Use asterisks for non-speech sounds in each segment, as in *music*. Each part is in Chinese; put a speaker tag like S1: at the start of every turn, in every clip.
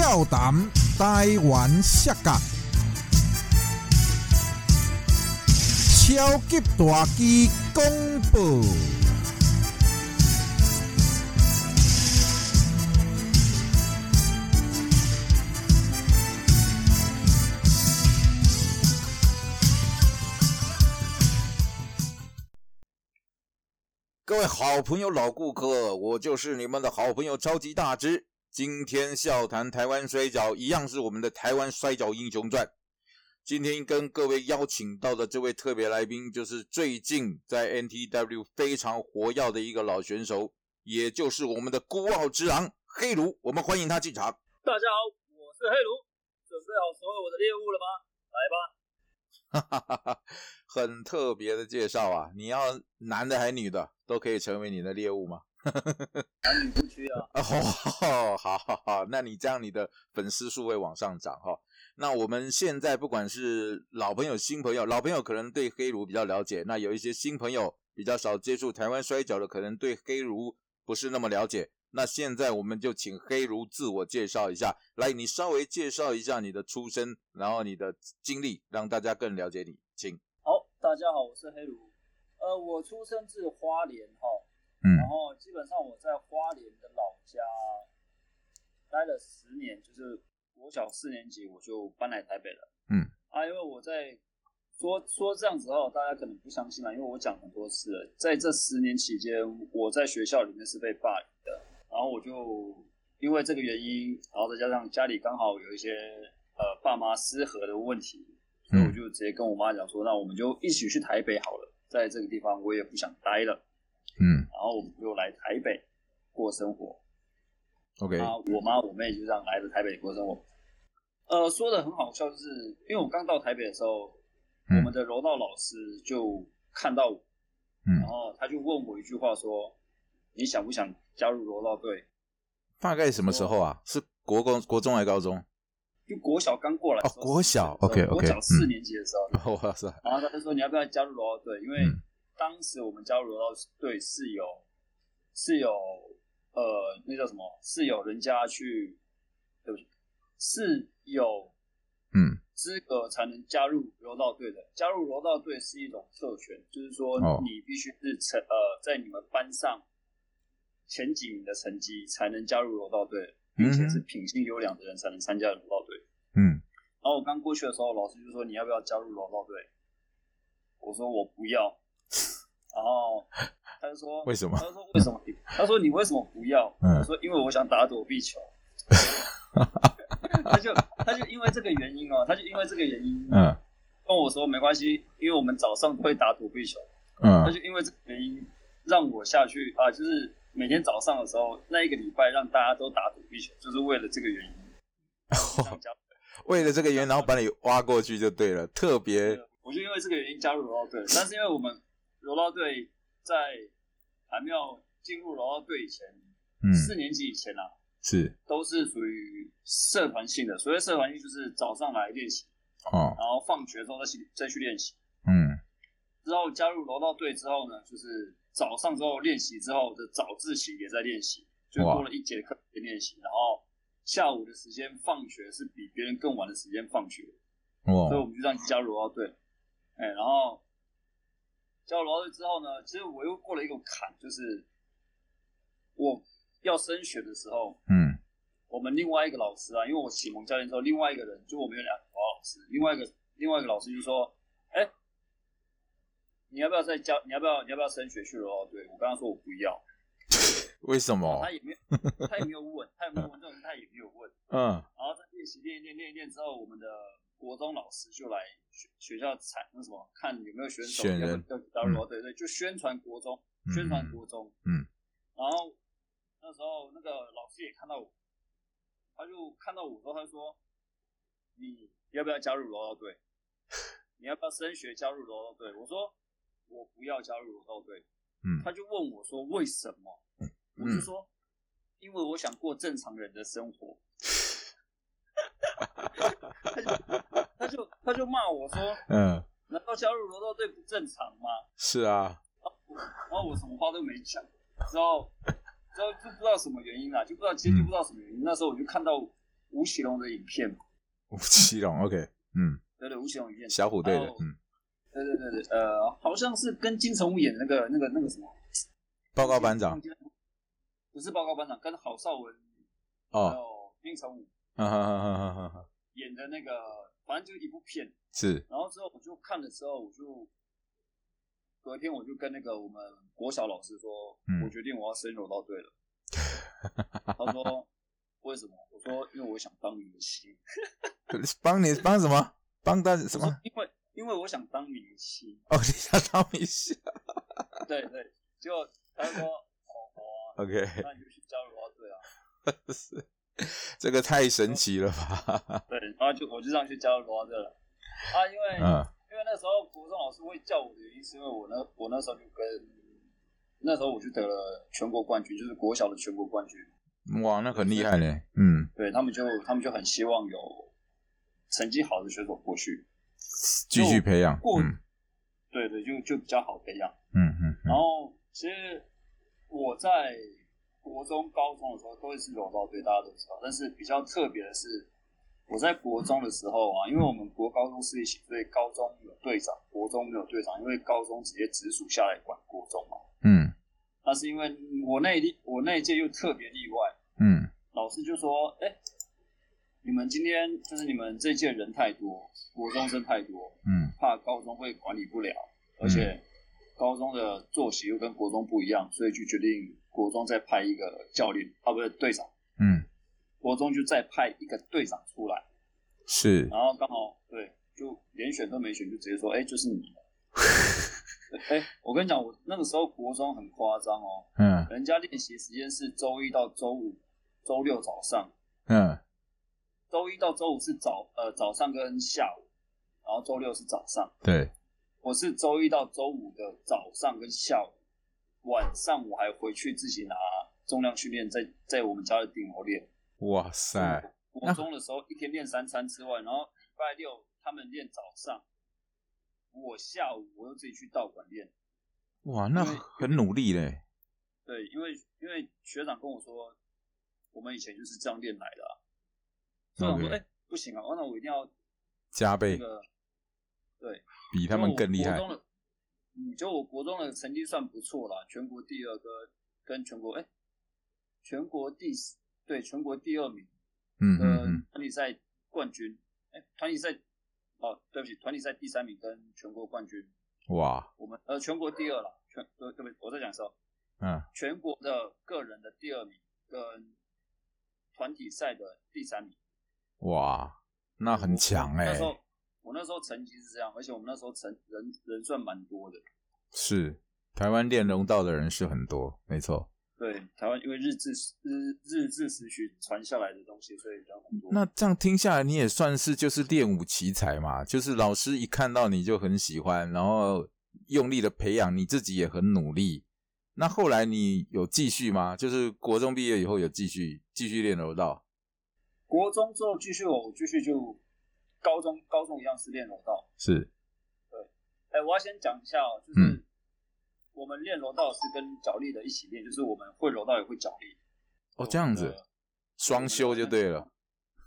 S1: 斗胆，大玩摔角，超级大机公布。
S2: 各位好朋友、老顾客，我就是你们的好朋友超级大只。今天笑谈台湾摔跤，一样是我们的台湾摔跤英雄传。今天跟各位邀请到的这位特别来宾，就是最近在 NTW 非常活跃的一个老选手，也就是我们的孤傲之狼黑奴。我们欢迎他进场。 *laughs*
S3: 大家好，我是黑奴，准备好所有我的猎
S2: 哈
S3: 物了吗？来吧，
S2: 哈哈哈，很特别的介绍啊！你要男的还女的都可以成为你的猎物吗？
S3: 不区啊，
S2: 哦，好好好，那你这样你的粉丝数会往上涨哈、那我们现在不管是老朋友、新朋友，老朋友可能对黑奴比较了解，那有一些新朋友比较少接触台湾摔跤的，可能对黑奴不是那么了解。那现在我们就请黑奴自我介绍一下，来，你稍微介绍一下你的出身，然后你的经历，让大家更了解你，请。
S3: 好，大家好，我是黑奴。呃，我出生自花莲哈，
S2: 嗯
S3: 然后基本上我在花莲的老家待了十年，就是我小四年级我就搬来台北了。
S2: 嗯，
S3: 啊，因为我在说说这样子哦，大家可能不相信啦，因为我讲很多次了，在这十年期间，我在学校里面是被霸凌的，然后我就因为这个原因，然后再加上家里刚好有一些呃爸妈失和的问题，所
S2: 嗯
S3: 以我就直接跟我妈讲说，那我们就一起去台北好了，在这个地方我也不想待了，
S2: 嗯
S3: 然后我们就来台北过生活。
S2: ，OK，
S3: 啊，我妈我妹就这样来了台北过生活。呃，说的很好笑，就是因为我刚到台北的时候，
S2: 嗯
S3: 我们的柔道老师就看到我，然
S2: 嗯，
S3: 后他就问我一句话说：“你想不想加入柔道队
S2: 大概什么时候啊？是国中、国中还是高中？？” *laughs*
S3: 就国小刚过来的时候，
S2: 哦国小
S3: 四年级的时
S2: OK，OK，
S3: 候国小
S2: 嗯
S3: 四年级的时候，
S2: 哇塞，
S3: 然后他就说你要不要加入柔道队？因为
S2: 嗯
S3: 当时我们加入柔道队是有是有呃那叫什么？是有人家去，对不起，是有
S2: 嗯，
S3: 资格才能加入柔道队的。加入柔道队是一种特权，就是说
S2: 哦
S3: 你必须是成、呃在你们班上前几名的成绩才能加入柔道队，并且是品性优良的人才能参加柔道队。
S2: 嗯
S3: 然后我刚过去的时候，老师就说你要不要加入柔道队？我说我不要。然后他就说
S2: 为什么
S3: 他就说为什么你？他说你为什么不要？
S2: 嗯
S3: 我说因为我想打躲避球。
S2: *laughs*
S3: 他就他就因为这个原因哦，他就因为这个原因
S2: 嗯
S3: 跟我说没关系，因为我们早上都会打躲避球。他
S2: 嗯
S3: 就因为这个原因让我下去啊，就是每天早上的时候那一个礼拜让大家都打躲避球，就是为了这个
S2: *laughs*
S3: 原因。这样加入
S2: 为了这个原因，然后把你挖过去就对了，特别
S3: 对我就因为这个原因加入柔道队，但是因为我们柔道队在还没有进入柔道队以前，
S2: 嗯
S3: 四年级以前啊，
S2: 是
S3: 都是属于社团性的。所谓社团性，就是早上来练习，
S2: 哦
S3: 然后放学之后再去再去练习。
S2: 嗯
S3: 之后加入柔道队之后呢，就是早上之后练习之后的早自习也在练习，就
S2: 哇
S3: 多了一节课的练习，然后下午的时间放学是比别人更晚的时间放学。所以我
S2: 哦
S3: 们就这样去加入柔道队。哎，然后加入柔道队之后呢，其实我又过了一个坎，就是我要升学的时候，
S2: 嗯
S3: 我们另外一个老师啊，因为我启蒙教练之后，另外一个人就我们有两个老师，另外一个另外一个老师就说，哎，你要不要再加？你要不要你要不要升学去柔道队？我跟他说我不要，
S2: 为什么
S3: 他也没有他也没有问，他也没有问，这种他也没有问。
S2: 嗯
S3: 然后在练习练一练练一练之后，我们的国中老师就来学学校采那什么，看有没有选手
S2: 选人
S3: 要不要加入对对，就宣传国中，
S2: 嗯
S3: 宣传国中，
S2: 嗯。
S3: 然后那时候那个老师也看到我，他就看到我之后，他就说：“你要不要加入柔道队？ *laughs* 你要不要升学加入柔道队？”我说：“我不要加入柔道队。”
S2: 嗯
S3: 他就问我说：“为什么？”我就说，因为我想过正常人的生活。他就他就骂我说，
S2: 嗯
S3: 难道加入柔道队不正常吗？
S2: 是啊
S3: 然后我什么话都没讲，
S2: 嗯
S3: 之后之后就不知道什么原因啦，就不知道其实就不知道什么原因。那时候我就看到吴奇隆的影片嘛，
S2: 吴奇隆，OK，嗯，
S3: 对对，吴奇隆影片，
S2: 小虎队的
S3: 哦，
S2: 嗯，
S3: 对对对对，呃，好像是跟金城武演的那个那个那个什么
S2: 报告班长，，
S3: 不是报告班长，跟郝邵文还
S2: 哦，
S3: 有金城武
S2: 哈哈哈哈哈哈，
S3: 演的那个，反正就一部片。
S2: 是，
S3: 然后之后我就看了之后，我就隔天我就跟那个我们国小老师说，
S2: 嗯
S3: 我决定我要升柔道队了。他说为什么？我说因为我想当明星。
S2: 帮你帮什么？帮大
S3: 我
S2: 什
S3: 说
S2: 么？
S3: 因为因为我想当明星。
S2: 哦，你想当明星
S3: 对对，结果他就说哦好
S2: *laughs*
S3: 啊，
S2: ？OK，
S3: 那你就去加入柔道队啊。
S2: 是，这个太神奇了吧？
S3: 对，然后就我就上去加入柔道队了。啊，因为、
S2: 嗯
S3: 因为那时候国中老师会叫我的原因，是因为我那我那时候就跟那时候我就得了全国冠军，就是国小的全国冠军。
S2: 哇，那很厉害嘞，嗯，
S3: 对他们就他们就很希望有成绩好的选手过去，
S2: 继续培养，
S3: 过
S2: 嗯
S3: 对对，就就比较好培养。
S2: 嗯嗯
S3: 然后其实我在国中、高中的时候都会是柔道队，大家都知道。但是比较特别的是，我在国中的时候啊，因为我们国高中是一起，所以高中有队长，国中没有队长，因为高中直接直属下来管国中嘛。
S2: 嗯
S3: 但是因为我那一届我那一届又特别例外，
S2: 嗯
S3: 老师就说：“哎、你们今天就是你们这届人太多，国中生太多，
S2: 嗯
S3: 怕高中会管理不了，而且高中的作息又跟国中不一样，所以就决定国中再派一个教练啊，不是队长，
S2: 嗯，
S3: 国中就再派一个队长出来，
S2: 是，
S3: 然后刚好对，就连选都没选，就直接说：哎、就是你。哎、我跟你讲，我那个时候国中很夸张哦，
S2: 嗯
S3: 人家练习时间是周一到周五、周六早上。”
S2: 嗯
S3: 周一到周五是早呃早上跟下午，然后周六是早上。
S2: 对，
S3: 我是周一到周五的早上跟下午，晚上我还回去自己拿重量训练在，在我们家的顶楼练。
S2: 哇塞，
S3: 国中的时候一天练三餐之外，然后礼拜六他们练早上，我下午我又自己去道馆练。
S2: 哇，那很努力嘞，
S3: 对，因为因为学长跟我说，我们以前就是这样练来的、啊。所以我说，
S2: OK
S3: 哎、不行啊，哦那我一定要
S2: 加
S3: 那
S2: 倍
S3: 个。
S2: 比他们更厉害
S3: 就我，国中的，嗯，就我国中的成绩算不错啦，全国第二跟跟全国哎、全国第四对全国第二名，
S2: 嗯嗯
S3: 跟
S2: 嗯，
S3: 团体赛冠军，哎、团体赛哦，对不起，团体赛第三名跟全国冠军，
S2: 哇，
S3: 我们呃全国第二啦，全呃对不起，我再讲一次哦，
S2: 嗯
S3: 全国的个人的第二名跟团体赛的第三名，
S2: 哇，那很强
S3: 我
S2: 哎
S3: 那时，候我那时候成绩是这样，而且我们那时候成人人算蛮多的。
S2: 是台湾练龙道的人是很多，没错。
S3: 对，台湾因为日治时日日治时期传下来的东西，所以比较很多。
S2: 那这样听下来，你也算是就是练武奇才嘛，就是老师一看到你就很喜欢，然后用力的培养，你自己也很努力。那后来你有继续吗？就是国中毕业以后有继续继续练柔道？
S3: 国中之后继续我继续就高中高中一样是练柔道。
S2: 是，
S3: 哎、我要先讲一下哦，就是、
S2: 嗯
S3: 我们练柔道是跟脚力的一起练，就是我们会柔道也会脚力。
S2: 哦，这样子，双修就对了。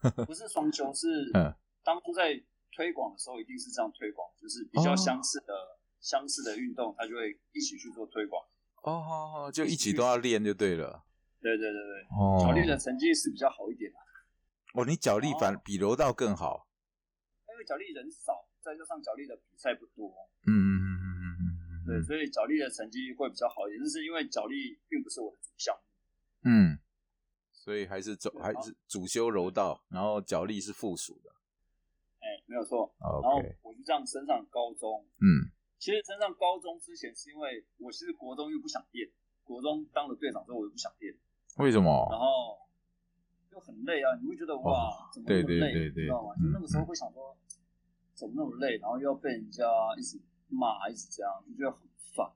S3: 呃，不是双修，是
S2: *laughs* 嗯
S3: 当初在推广的时候一定是这样推广，就是比较
S2: 哦
S3: 相似的、相似的运动，它就会一起去做推广。
S2: 哦哦哦，就一起都要练就对了。
S3: 对对对对，
S2: 哦，
S3: 脚力的成绩是比较好一点的。
S2: 哦，你脚力反
S3: 哦
S2: 比柔道更好。
S3: 因为脚力人少，再加上脚力的比赛不多，哦
S2: 嗯嗯嗯嗯嗯
S3: 对，
S2: 嗯
S3: 所以脚力的成绩会比较好一点。但是因为脚力并不是我的主项目，
S2: 嗯，嗯，所以还是走还是主修柔道，然后脚力是附属的。
S3: 哎、没有错。然后
S2: 哦 OK，
S3: 我就这样升上高中。
S2: 嗯
S3: 其实升上高中之前，是因为我其实国中又不想练，国中当了队长之后我又不想练，，
S2: 为什
S3: 然
S2: 么？
S3: 后就很累啊，你会觉得哇，怎么那么
S2: 哦对对
S3: 累，
S2: 对
S3: 你
S2: 对嗯
S3: 知道吗？就那个时候会想说，怎么那么累，然后又要被人家一直骂，一直这样，就觉得很烦。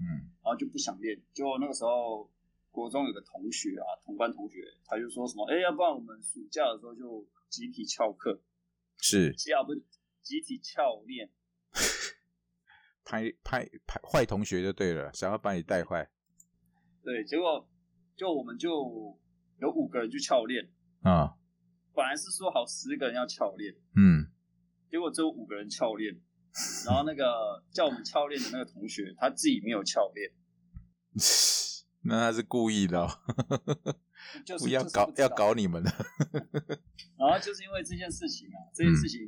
S2: 嗯
S3: 然后就不想练。结果那个时候国中有个同学啊，同班同学，他就说什么，哎，要不然我们暑假的时候就集体翘课，
S2: 是
S3: 集啊不是集体翘练，
S2: 拍拍拍坏同学就对了，想要把你带坏
S3: 对，结果就我们就有五个人去翘练，
S2: 啊、
S3: 本来是说好十个人要翘练，
S2: 嗯，
S3: 结果只有五个人翘练，然后那个叫我们翘练的那个同学他自己没有翘练，
S2: 那他是故意的、哦，
S3: 就
S2: *laughs*
S3: 是
S2: 故意要
S3: 就是
S2: 搞
S3: 不知道
S2: 要搞你们的。
S3: 然后就是因为这件事情啊，这
S2: 嗯
S3: 件事情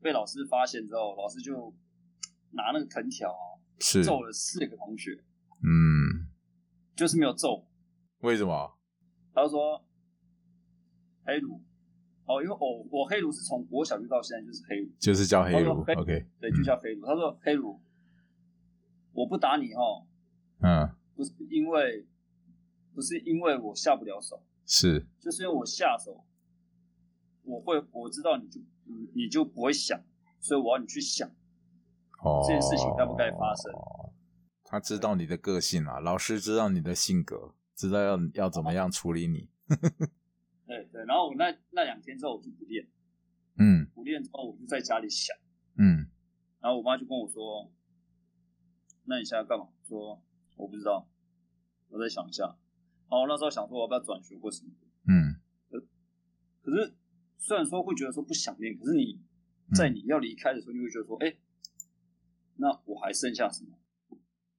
S3: 被老师发现之后，老师就拿那个藤条啊
S2: 是，
S3: 揍了四个同学，
S2: 嗯，
S3: 就是没有揍我。
S2: 为什么？
S3: 他就说黑奴，哦，因为我我黑奴是从国小就到现在就是黑奴，
S2: 就是叫黑
S3: 哦
S2: 奴
S3: 黑
S2: ，OK，嗯
S3: 对，就叫黑奴。他说黑奴，我不打你哦，
S2: 嗯，
S3: 不是因为不是因为我下不了手，
S2: 是，
S3: 就是因为我下手，我会我知道你就嗯你你就不会想，所以我要你去想。
S2: 哦，
S3: 这件事情该不该发生？嗯
S2: 他知道你的个性啊，老师知道你的性格，知道要要怎
S3: 哦
S2: 么样处理你。
S3: 对对，然后我那那两天之后我就不练，
S2: 嗯
S3: 不练之后我就在家里想，
S2: 嗯，
S3: 然后我妈就跟我说：“那你现在干嘛？”我说：“我不知道，我再想一下。”然后我那时候想说我要不要转学或什么的，
S2: 嗯，
S3: 可是虽然说会觉得说不想练，可是你
S2: 嗯
S3: 在你要离开的时候，你会觉得说：“哎、那我还剩下什么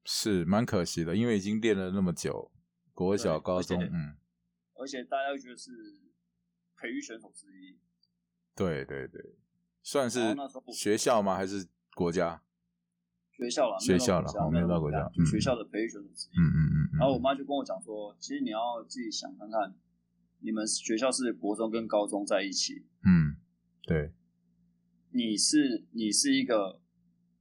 S2: 是蛮可惜的，因为已经练了那么久，国小、
S3: 对
S2: 高
S3: 而且
S2: 中，嗯，？”
S3: 而且大家会觉得是培育选手之一，
S2: 对对对，算
S3: 然
S2: 是
S3: 后那时候我
S2: 学校吗？还是国家？
S3: 学校了，
S2: 学校啦哦
S3: 没
S2: 没
S3: 有
S2: 有
S3: 到
S2: 到
S3: 国
S2: 国
S3: 家
S2: 家
S3: 就
S2: 嗯
S3: 学校的培育选手之一。
S2: 嗯嗯嗯嗯。
S3: 然后我妈就跟我讲说，其实你要自己想看看，你们学校是国中跟高中在一起，
S2: 嗯，对，
S3: 你是你是一个，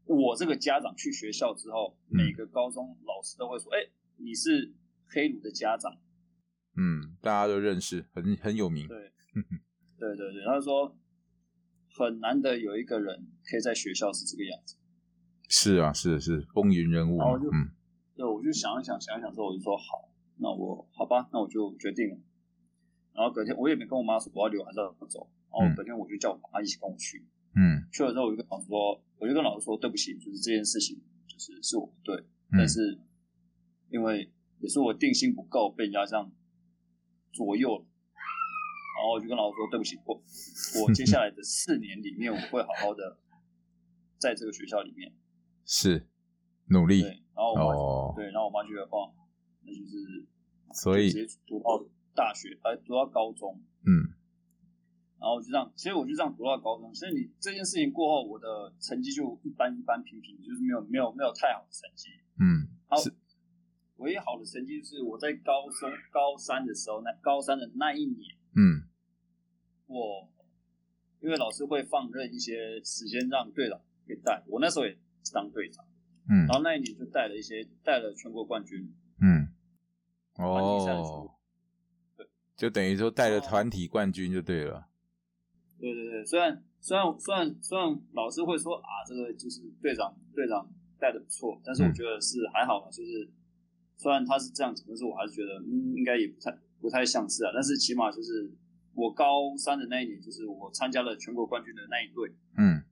S3: 我这个家长去学校之后，
S2: 嗯
S3: 每个高中老师都会说，哎、你是黑奴的家长，
S2: 嗯，大家都认识，很很有名。
S3: 对，对对对，他就说很难得有一个人可以在学校是这个样子。
S2: 是啊，是是风云人物嘛
S3: 然后哦就
S2: 嗯
S3: 对，我就想一想，想一想之后，我就说好，那我好吧，那我就决定了。然后隔天我也没跟我妈说我要留还是要走，然后
S2: 嗯
S3: 隔天我就叫我妈一起跟我去。
S2: 嗯
S3: 去了之后，我就跟老师说，我就跟老师说对不起，就是这件事情就是是我不对，但
S2: 嗯
S3: 是因为也是我定性不够，被人家这样左右了。然后我就跟老师说对不起，我我接下来的四年里面，我会好好的在这个学校里面。
S2: 是努力
S3: 对，然后我妈就
S2: 哦，
S3: 对，然后我妈就觉得哦，那就是
S2: 所
S3: 就
S2: 以
S3: 直接读到大学，呃，读到高中，
S2: 嗯
S3: 然后我就这样，其实我就这样读到高中。其实你这件事情过后，我的成绩就一般一般平平，就是没有没有没有太好的成绩。
S2: 嗯
S3: 好
S2: 是，
S3: 唯一好的成绩就是我在高中高三的时候，那高三的那一年，
S2: 嗯
S3: 我因为老师会放任一些时间让队长去带，我那时候也是当队长，
S2: 嗯
S3: 然后那一年就带了一些带了全国冠军，
S2: 嗯，
S3: 团体赛的时候
S2: 哦，就等于说带了团体冠军就对了。
S3: 对对对，虽然虽然虽然虽然老师会说啊，这个就是队长队长带的不错，但是我
S2: 嗯
S3: 觉得是还好啦，就是虽然他是这样讲，但是我还是觉得嗯，应该也不太不太像是啊，但是起码就是我高三的那一年，就是我参加了全国冠军的那一队，
S2: 嗯，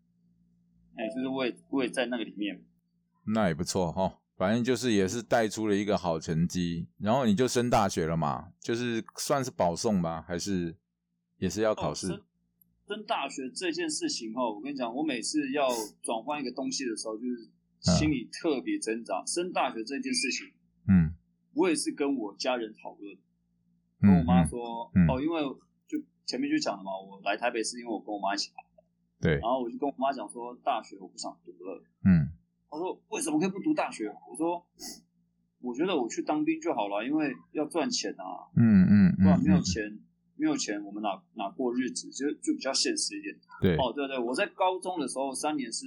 S3: 哎、就是我也我也在那个里面，
S2: 那也不错哈、反正就是也是带出了一个好成绩，然后你就升大学了嘛，就是算是保送吧，还是也是要考试？
S3: 哦升升大学这件事情哦，我跟你讲，我每次要转换一个东西的时候，就是心里特别挣扎。升大学这件事情，
S2: 嗯
S3: 我也是跟我家人讨论。跟我
S2: 嗯
S3: 妈
S2: 嗯，
S3: 说，
S2: 嗯
S3: 哦，因为就前面就讲了嘛，我来台北是因为我跟我妈一起来，
S2: 对
S3: 然，后我就跟我妈讲说，大学我不想读了。
S2: 嗯
S3: 她说为什么可以不读大学？我说我觉得我去当兵就好了，因为要赚钱啊，
S2: 嗯嗯
S3: 不然
S2: 嗯
S3: 没有
S2: 嗯，
S3: 钱，没有钱我们哪哪过日子，就就比较现实一点。
S2: 对，
S3: 哦，对对，我在高中的时候三年是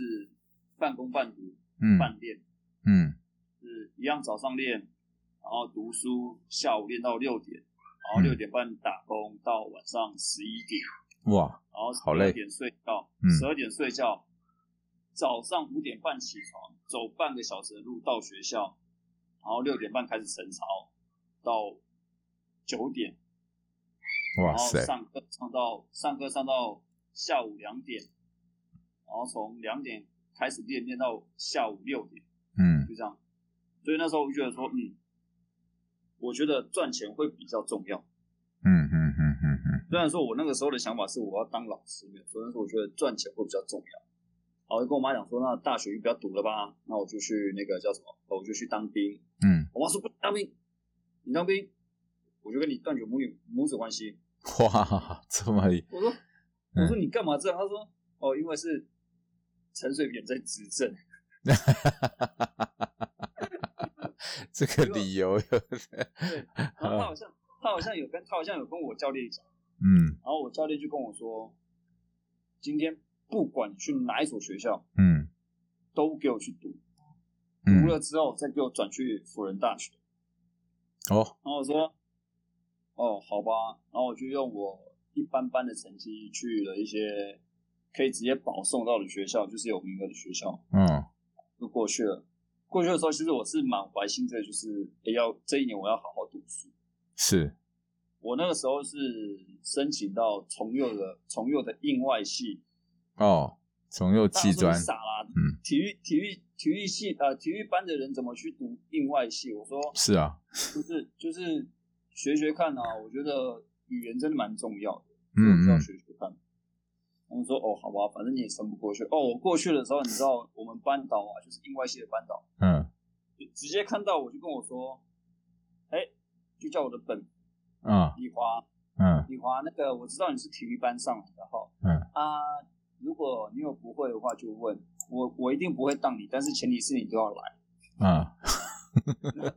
S3: 半工半读
S2: 嗯
S3: 半练，
S2: 嗯
S3: 就是一样早上练，然后读书，下午练到六点，然
S2: 嗯
S3: 后六点半打工到晚上十一点。
S2: 哇，
S3: 然后
S2: 好累
S3: 点睡觉，
S2: 嗯
S3: 十二点睡觉，早上五点半起床，走半个小时的路到学校，然后六点半开始晨操，到九点，然
S2: 哇
S3: 后
S2: 塞，
S3: 上课上到上课上到下午两点，然后从两点开始练练到下午六点，
S2: 嗯
S3: 就这样。所以那时候我就觉得说，嗯，我觉得赚钱会比较重要。
S2: 嗯嗯嗯嗯嗯，
S3: 虽然说我那个时候的想法是我要当老师，没有错，但是我觉得赚钱会比较重要。然后我就跟我妈讲说，那大学就不要读了吧，那我就去那个叫什么，我就去当兵。
S2: 嗯，
S3: 我妈说不能当兵，你当兵，我就跟你断绝母女母子关系。
S2: *laughs* 哇，这么
S3: 我说，
S2: 嗯
S3: 我说你干嘛这样？她说，哦，因为是陈水扁在执政。
S2: 这个理由，
S3: 对，然后她好像她好像有跟她好像有跟我教练讲，
S2: 嗯
S3: 然后我教练就跟我说，今天不管去哪一所学校，
S2: 嗯
S3: 都给我去读，读
S2: 嗯，
S3: 了之后再给我转去辅仁大学。
S2: 哦，
S3: 然后我说，哦，好吧，然后我就用我一般般的成绩去了一些可以直接保送到的学校，就是有名额的学校，
S2: 嗯
S3: 就过去了。过去的时候，其实我是满怀心醉，就是诶要这一年我要好好读书。
S2: 是，
S3: 我那个时候是申请到重幼的重幼的应外系，
S2: 哦，从右
S3: 大家
S2: 砌
S3: 说
S2: 砖
S3: 你，傻啦，
S2: 嗯，
S3: 体育体育体育系呃体育班的人怎么去读应外系？我说
S2: 是啊，
S3: 就是就是学学看啊，我觉得语言真的蛮重要的，
S2: 嗯
S3: 我就要
S2: 嗯
S3: 学学看。我们说哦，好吧，反正你也升不过去。哦，我过去的时候，你知道我们班导啊，就是应外系的班导，
S2: 嗯
S3: 就直接看到我就跟我说，哎、就叫我的本
S2: 嗯
S3: 丽华，
S2: 嗯
S3: 丽华，那个我知道你是体育班上来的哈，
S2: 嗯
S3: 啊，如果你有不会的话就问我，我一定不会当你，但是前提是你都要来。 *laughs*
S2: 嗯，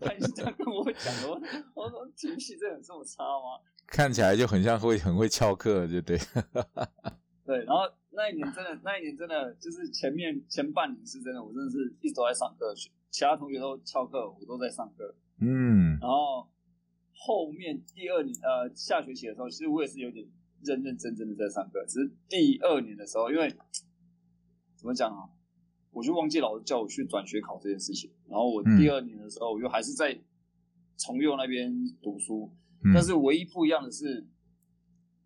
S3: 他也是这样跟我讲的，我我说体育系真的有这么差吗？
S2: 看起来就很像会很会翘课，就对，
S3: 对，然后那一年真的，那一年真的就是前面前半年是真的，我真的是一直都在上课，其他同学都翘课，我都在上课。
S2: 嗯
S3: 然后后面第二年呃下学期的时候，其实我也是有点认认真真的在上课，只是第二年的时候，因为怎么讲啊，我就忘记老师叫我去转学考这件事情。然后我
S2: 嗯
S3: 第二年的时候，我就还是在重佑那边读书，
S2: 嗯
S3: 但是唯一不一样的是，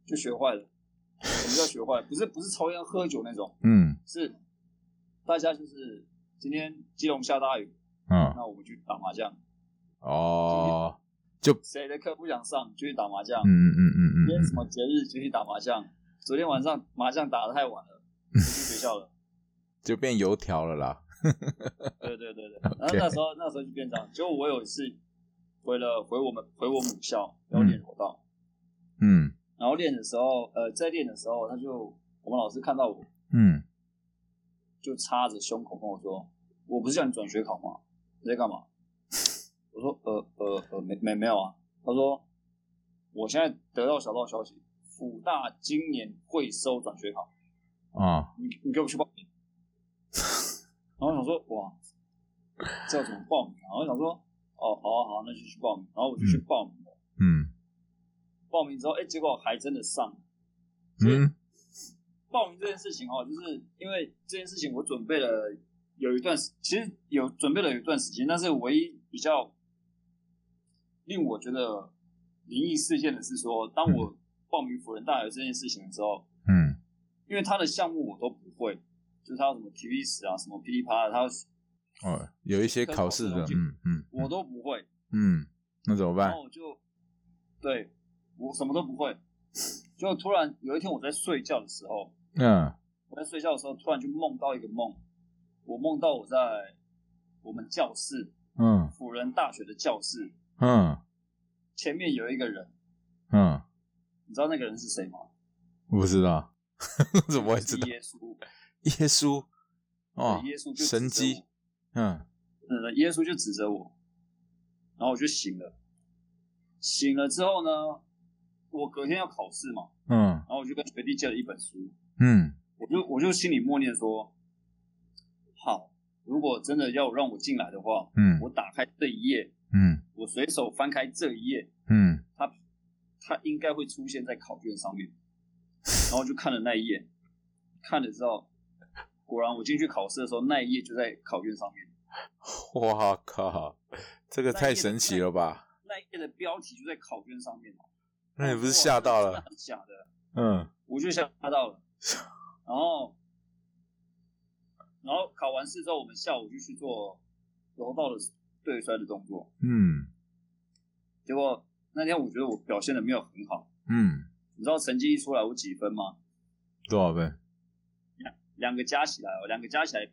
S3: 就学坏了。什么叫学坏？不是不是抽烟喝酒那种，
S2: 嗯
S3: 是大家就是今天基隆下大雨，
S2: 嗯，
S3: 那我们去打麻将。
S2: 哦，
S3: 谁的课不想上，就去打麻将。
S2: 嗯嗯嗯嗯
S3: 今天什
S2: 嗯
S3: 么节日就去打麻将。昨天晚上麻将打的太晚了，回去学
S2: *laughs*
S3: 校了。
S2: 嗯，就变油条了啦，
S3: 对对对对。然后那时候那时候就变这样。结果我有一次回了回我们回我母校要练柔道，
S2: 嗯
S3: 然后练的时候，呃，在练的时候，他就我们老师看到我
S2: 嗯，
S3: 就插着胸口跟我说：“我不是叫你转学考吗？你在干嘛？”我说：“呃呃呃，没没没有啊。”他说：“我现在得到小道消息，辅大今年会收转学考。”
S2: 啊，
S3: 你你给我去报名。然后我想说，哇，这要怎么报名啊？然后我想说，哦，好啊好啊，那就去报名。然后我就去报名了。
S2: 嗯
S3: 报名之后，哎、结果还真的上了。
S2: 嗯
S3: 报名这件事情哦，就是因为这件事情，我准备了有一段时，其实有准备了有一段时间，但是唯一比较令我觉得灵异事件的是说，当我报名辅仁大学这件事情的时候，
S2: 嗯
S3: 因为他的项目我都不会，就是他有什么体育史啊，什么噼里啪啦，他
S2: 哦，有一些考试的，嗯嗯
S3: 我都不会，
S2: 嗯，那怎么
S3: 然
S2: 办
S3: 后？我就对我什么都不会，就突然有一天我在睡觉的时候，
S2: 嗯
S3: 我在睡觉的时候突然就梦到一个梦，我梦到我在我们教室
S2: 嗯
S3: 辅仁大学的教室
S2: 嗯
S3: 前面有一个人，
S2: 嗯，
S3: 你知道那个人是谁吗？
S2: 我不知道， *laughs* 怎么会知
S3: 是
S2: 道？
S3: 耶稣，
S2: 耶稣哦
S3: 对，耶稣就指着
S2: 神机，嗯
S3: 我，嗯，耶稣就指着我，然后我就醒了，醒了之后呢，我隔天要考试嘛，
S2: 嗯
S3: 然后我就跟学弟借了一本书，
S2: 嗯
S3: 我就我就心里默念说，好，如果真的要让我进来的话，
S2: 嗯
S3: 我打开这一页，
S2: 嗯
S3: 我随手翻开这一页，
S2: 嗯
S3: 它它应该会出现在考卷上面。然后我就看了那一页，看了之后，果然我进去考试的时候，那一页就在考卷上面。
S2: 哇靠，这个太神奇了吧？
S3: 那一页的标题就在考卷上面哦
S2: 那你不是吓到
S3: 哇
S2: 了？
S3: 这是假的，
S2: 嗯
S3: 我就吓到了。然后，然后考完试之后，我们下午就去做柔道的对摔的动作。
S2: 嗯
S3: 结果那天我觉得我表现的没有很好，
S2: 嗯
S3: 你知道成绩一出来我几分吗？
S2: 多少分？
S3: 两个加起来哦，两个加起来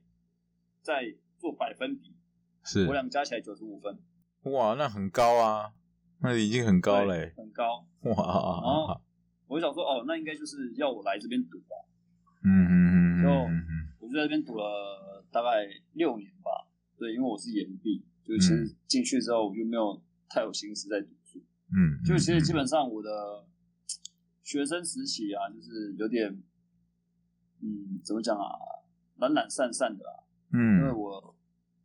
S3: 在做百分比，
S2: 是
S3: 我两个加起来九十五分，
S2: 哇，那很高啊，那已经很高
S3: 对
S2: 嘞、欸，
S3: 很高。
S2: 哇
S3: 哦，我就想说，哦，那应该就是要我来这边赌吧。
S2: 嗯嗯嗯
S3: 就
S2: 嗯嗯嗯，
S3: 我就在这边赌了大概六年吧，对，因为我是延毕，就其实进去之后我就没有太有心思在读书，
S2: 嗯，
S3: 就其实基
S2: 本
S3: 本上我的学生时期啊，就是有点，嗯，怎么讲啊，懒懒散散的啊，因为
S2: 嗯
S3: 我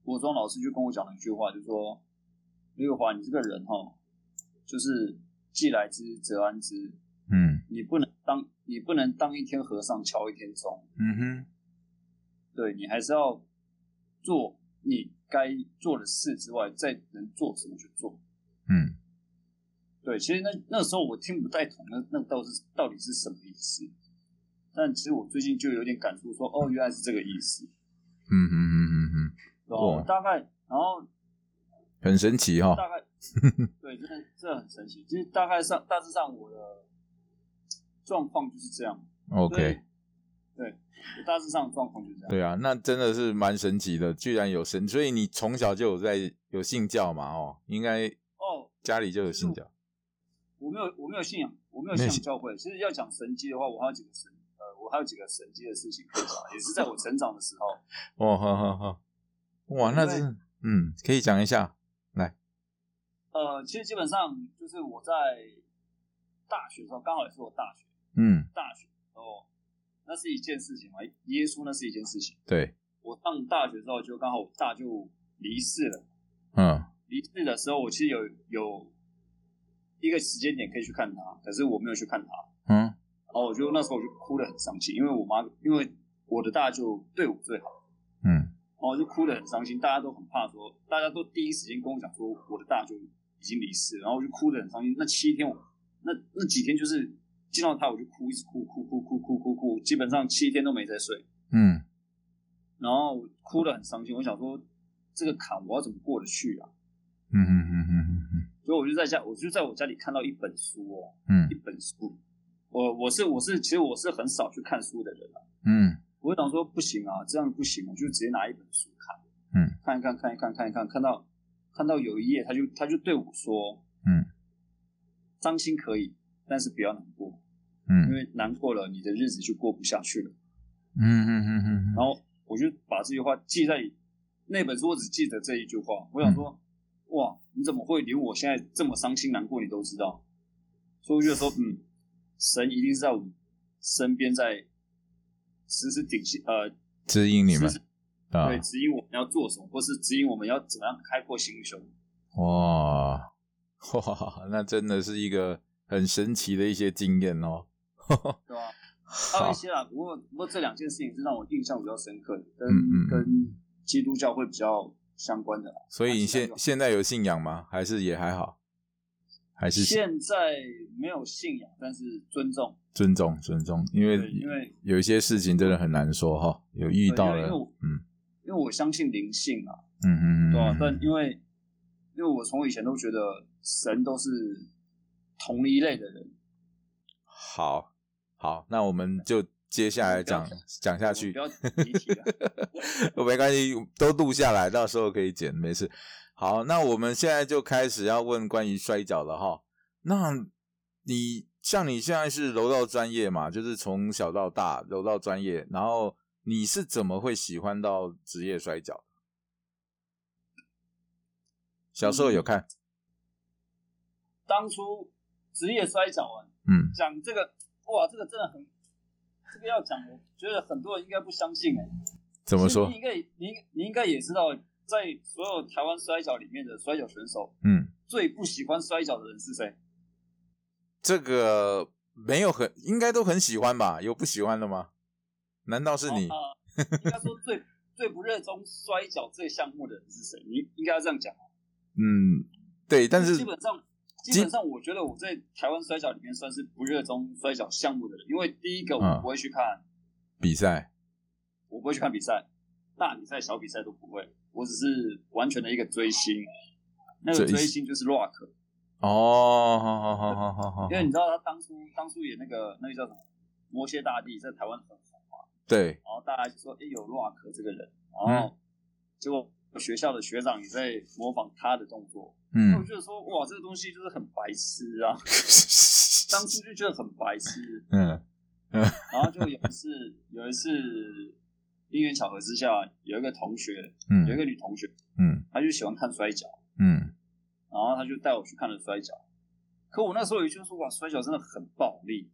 S3: 国中老师就跟我讲了一句话，就说刘友华，你这个人哈，就是既来之则安之，
S2: 嗯
S3: 你不能当你不能当一天和尚敲一天钟，
S2: 嗯哼，
S3: 对你还是要做你该做的事之外，再能做什么去做。
S2: 嗯
S3: 对，其实那那时候我听不太懂那那到底是到底是什么意思，但其实我最近就有点感触说，哦，原来是这个意思。
S2: 嗯嗯嗯嗯嗯，
S3: 然后
S2: 哇
S3: 大概，然后
S2: 很神奇哈、
S3: 大
S2: *laughs*
S3: 概，对，真的这很神奇。其实大概上大致上我的状况就是这样。
S2: OK，
S3: 对，对，我大致上的状况就是这样。
S2: 对啊，那真的是蛮神奇的，居然有神，所以你从小就有在有信教嘛，哦，应该
S3: 哦，
S2: 家里就有信教，
S3: 我没有我没有信仰，我没有
S2: 没
S3: 信
S2: 有
S3: 仰
S2: 信
S3: 教会。其实要讲神迹的话，我还有几个神，呃，我还有几个神迹的事情
S2: *laughs*
S3: 可以讲，也是在我成长的时候。
S2: 哦，好好好，哇，那是嗯，可以讲一下，
S3: 呃，其实基本上就是我在大学的时候，刚好也是我大学
S2: 嗯，
S3: 大学的时候，那是一件事情嘛，耶稣那是一件事情。
S2: 对，
S3: 我上大学之后，就刚好我大就离世了。
S2: 嗯
S3: 离世的时候，我其实有有一个时间点可以去看他，可是我没有去看他。
S2: 嗯
S3: 然后我就那时候我就哭得很伤心，因为我妈，因为我的大舅对我最好，
S2: 嗯
S3: 然后哦我就哭得很伤心，大家都很怕说，大家都第一时间跟我讲说我的大舅已经离世了，然后我就哭得很伤心。那七天我，那那几天就是见到他我就哭，一直哭哭哭哭哭哭哭，基本上七天都没在睡，
S2: 嗯
S3: 然后我哭得很伤心。我想说这个坎我要怎么过得去啊？
S2: 嗯嗯嗯嗯嗯
S3: 所以我就在家，我就在我家里看到一本书哦，一
S2: 嗯
S3: 本书。我我是我是其实我是很少去看书的人啊
S2: 嗯
S3: 我就想说不行啊，这样不行，我就直接拿一本书看，
S2: 嗯，
S3: 看一看，看一看，看一看，看到看到有一页，他就他就对我说，
S2: 嗯，
S3: 伤心可以，但是不要难过，因
S2: 嗯
S3: 为难过了，你的日子就过不下去了。
S2: 嗯嗯
S3: 然后我就把这句话记在那本书，我只记得这一句话。我想说，
S2: 嗯
S3: 哇，你怎么会连我现在这么伤心难过你都知道？所以我就说，嗯，神一定是在我们身边，在时时顶心呃
S2: 指引你
S3: 时
S2: 们
S3: 时
S2: 啊，
S3: 对，指引我们要做什么，或是指引我们要怎么样开阔心胸。
S2: 哇哇，那真的是一个很神奇的一些经验哦。
S3: 对吧？还有
S2: 好
S3: 一，些啦，啊不过不过这两件事情是让我印象比较深刻的，跟、
S2: 嗯嗯嗯
S3: 跟基督教会比较相关的啦。
S2: 所以你
S3: 那其他
S2: 现
S3: 就
S2: 现在有信仰吗？还是也还好？还是
S3: 现在没有信仰，但是尊重，
S2: 尊重尊重，因为
S3: 对，因为
S2: 有一些事情真的很难说哈，有遇到
S3: 对因为
S2: 了
S3: 因为我，
S2: 嗯
S3: 因为我相信灵性啊，
S2: 嗯嗯嗯，
S3: 对吧、但
S2: 嗯
S3: 因为因为我从以前都觉得神都是同一类的人，
S2: 好好，那我们就接下来讲
S3: 不要
S2: 讲下去
S3: 不，要离题了。
S2: *laughs* 没关系，都录下来，到时候可以剪，没事。好，那我们现在就开始要问关于摔跤了哈。那你像你现在是柔道专业嘛，就是从小到大柔道专业，然后你是怎么会喜欢到职业摔跤的？小时候
S3: 嗯
S2: 有看，
S3: *laughs* 当初职业摔跤啊，
S2: 嗯
S3: 讲这个，哇，这个真的很，这个要讲，我觉得很多人应该不相信哎、
S2: 怎么
S3: 其
S2: 说
S3: 实你？应该，你应你应该也知道，在所有台湾摔跤里面的摔跤选手，
S2: 嗯，
S3: 最不喜欢摔跤的人是谁？
S2: 这个没有很，应该都很喜欢吧？有不喜欢的吗？难道是你？
S3: 啊、呃应该说最 *laughs* 最不热衷摔跤这个项目的人是谁？你应该要这样讲。
S2: 嗯，对，但是
S3: 基本上。基本上，我觉得我在台湾摔跤里面算是不热衷摔跤项目的人，因为第一个我
S2: 嗯
S3: 不会去看，
S2: 比赛，
S3: 我不会去看比赛，大比赛、小比赛都不会，我只是完全的一个追星。那个
S2: 追
S3: 追星就是 rock，
S2: 哦，好好好好好好，
S3: 因为你知道他当初当初也那个那个叫什么摩羯大帝在台湾很红嘛，
S2: 对，
S3: 然后大家就说哎、有 Rock 这个人，然后结果学校的学长也在模仿他的动作，那我
S2: 嗯，
S3: 觉得说哇这个东西就是很白痴啊，当初就觉得很白痴，
S2: *laughs* 嗯
S3: 然后就有一次有一次因缘巧合之下，有一个同学有
S2: 嗯
S3: 一个女同学，
S2: 嗯
S3: 她就喜欢看摔跤。
S2: 嗯
S3: 然后他就带我去看了摔跤。可我那时候也就说，哇，摔跤真的很暴力。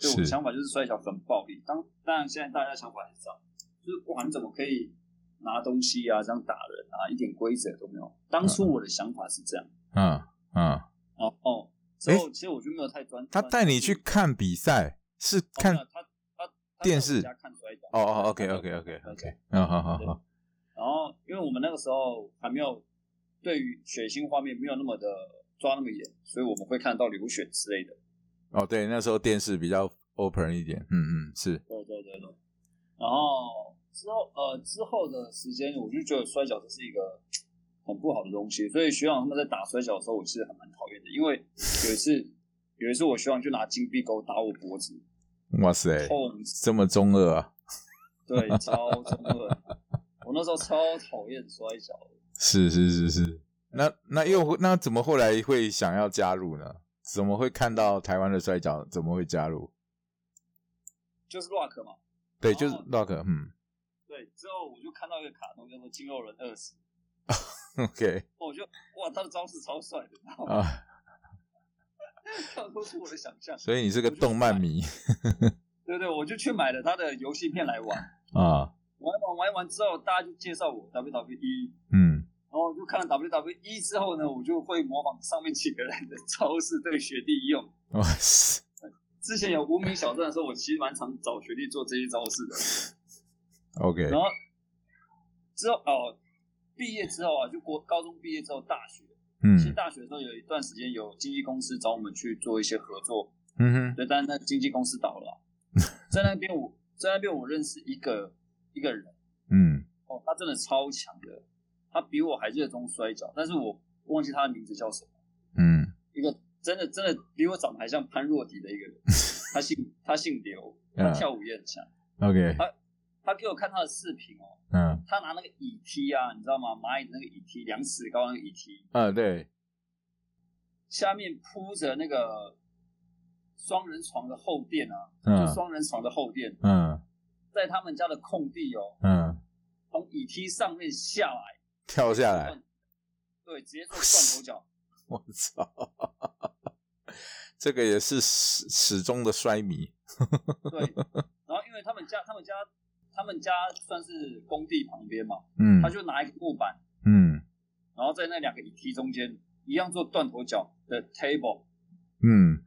S3: 对我的
S2: 是
S3: 想法就是摔跤很暴力。当当然，现在大家想法也是这样，就是哇，你怎么可以拿东西啊，这样打人啊，一点规则都没有。当初我的想法是这样，
S2: 嗯嗯，
S3: 哦哦，之后其实我就没有太专。
S2: 他带你去看比赛是
S3: 哦
S2: 看
S3: 没有他他他在
S2: 电
S3: 我
S2: 视
S3: 家看摔跤。
S2: 哦哦，OK OK OK
S3: 他在我家看摔
S2: OK，
S3: 跤
S2: 嗯，好好好，
S3: 然后，因为我们那个时候还没有对于血腥画面没有那么的抓那么严，所以我们会看到流血之类的。
S2: 哦对，那时候电视比较 open 一点，嗯嗯是，
S3: 对对对对。然后之后呃之后的时间，我就觉得摔跤这是一个很不好的东西，所以学长他们在打摔跤的时候，我其实还蛮讨厌的，因为有一次 *laughs* 有一次我学长就拿金币钩打我脖子，
S2: 哇塞，
S3: 痛死，
S2: 这么中二啊，
S3: 对，超痛的。我那时候超讨厌摔跤的，
S2: 是是是是，那那又那怎么后来会想要加入呢？怎么会看到台湾的摔跤？怎么会加入？
S3: 就是 Rock 嘛。
S2: 对，就是
S3: 哦
S2: Rock，嗯
S3: 对，之后我就看到一个卡通叫做《肌肉人二十》，
S2: ，OK
S3: 我就哇，他的招式超帅的，然后
S2: 啊，
S3: 跳脱出我的想象。
S2: 所以你是个动漫迷
S3: 对对，我就去买了他的游戏片来玩。
S2: *laughs* 啊，
S3: 玩一玩玩一玩之后，大家就介绍我 WWE，
S2: 嗯，
S3: 然后我就看了 WWE 之后呢，我就会模仿上面几个人的招式对学弟用。
S2: 哇塞，
S3: 之前有无名小站的时候，我其实蛮常找学弟做这些招式的。
S2: ，OK，
S3: 然后之后哦，毕业之后啊，就国高中毕业之后，大学其实
S2: 嗯
S3: 大学的时候有一段时间有经纪公司找我们去做一些合作，
S2: 嗯哼，
S3: 对，但是那经纪公司倒了啊，在那边我在那边我认识一个一个人。
S2: 嗯
S3: 哦，他真的超强的，他比我还热衷摔跤，但是我忘记他的名字叫什么，
S2: 嗯，
S3: 一个真的真的比我长得还像潘若迪的一
S2: *laughs*
S3: 个人，他姓他姓刘，他
S2: 嗯
S3: 跳啊舞也很强，
S2: ，OK，
S3: 他给我看他的视频哦，
S2: 嗯
S3: 他拿那个椅踢啊，你知道吗？蚂蚁的那个椅踢，两尺高那个椅踢，
S2: 啊，对，
S3: 下面铺着那个双人床的后垫啊，
S2: 嗯
S3: 就双人床的后垫，
S2: 嗯
S3: 在他们家的空地哦，
S2: 嗯，
S3: 从椅踢上面下来，
S2: 跳下
S3: 嗯
S2: 来，
S3: 对，直接做断头脚。
S2: 我操，这个也是始始终的摔迷，
S3: 对，然后因为他们家他们家他们家算是工地旁边嘛，
S2: 嗯
S3: 他就拿一个木板，
S2: 嗯
S3: 然后在那两个椅梯中间一样做断头脚的 table。
S2: 嗯，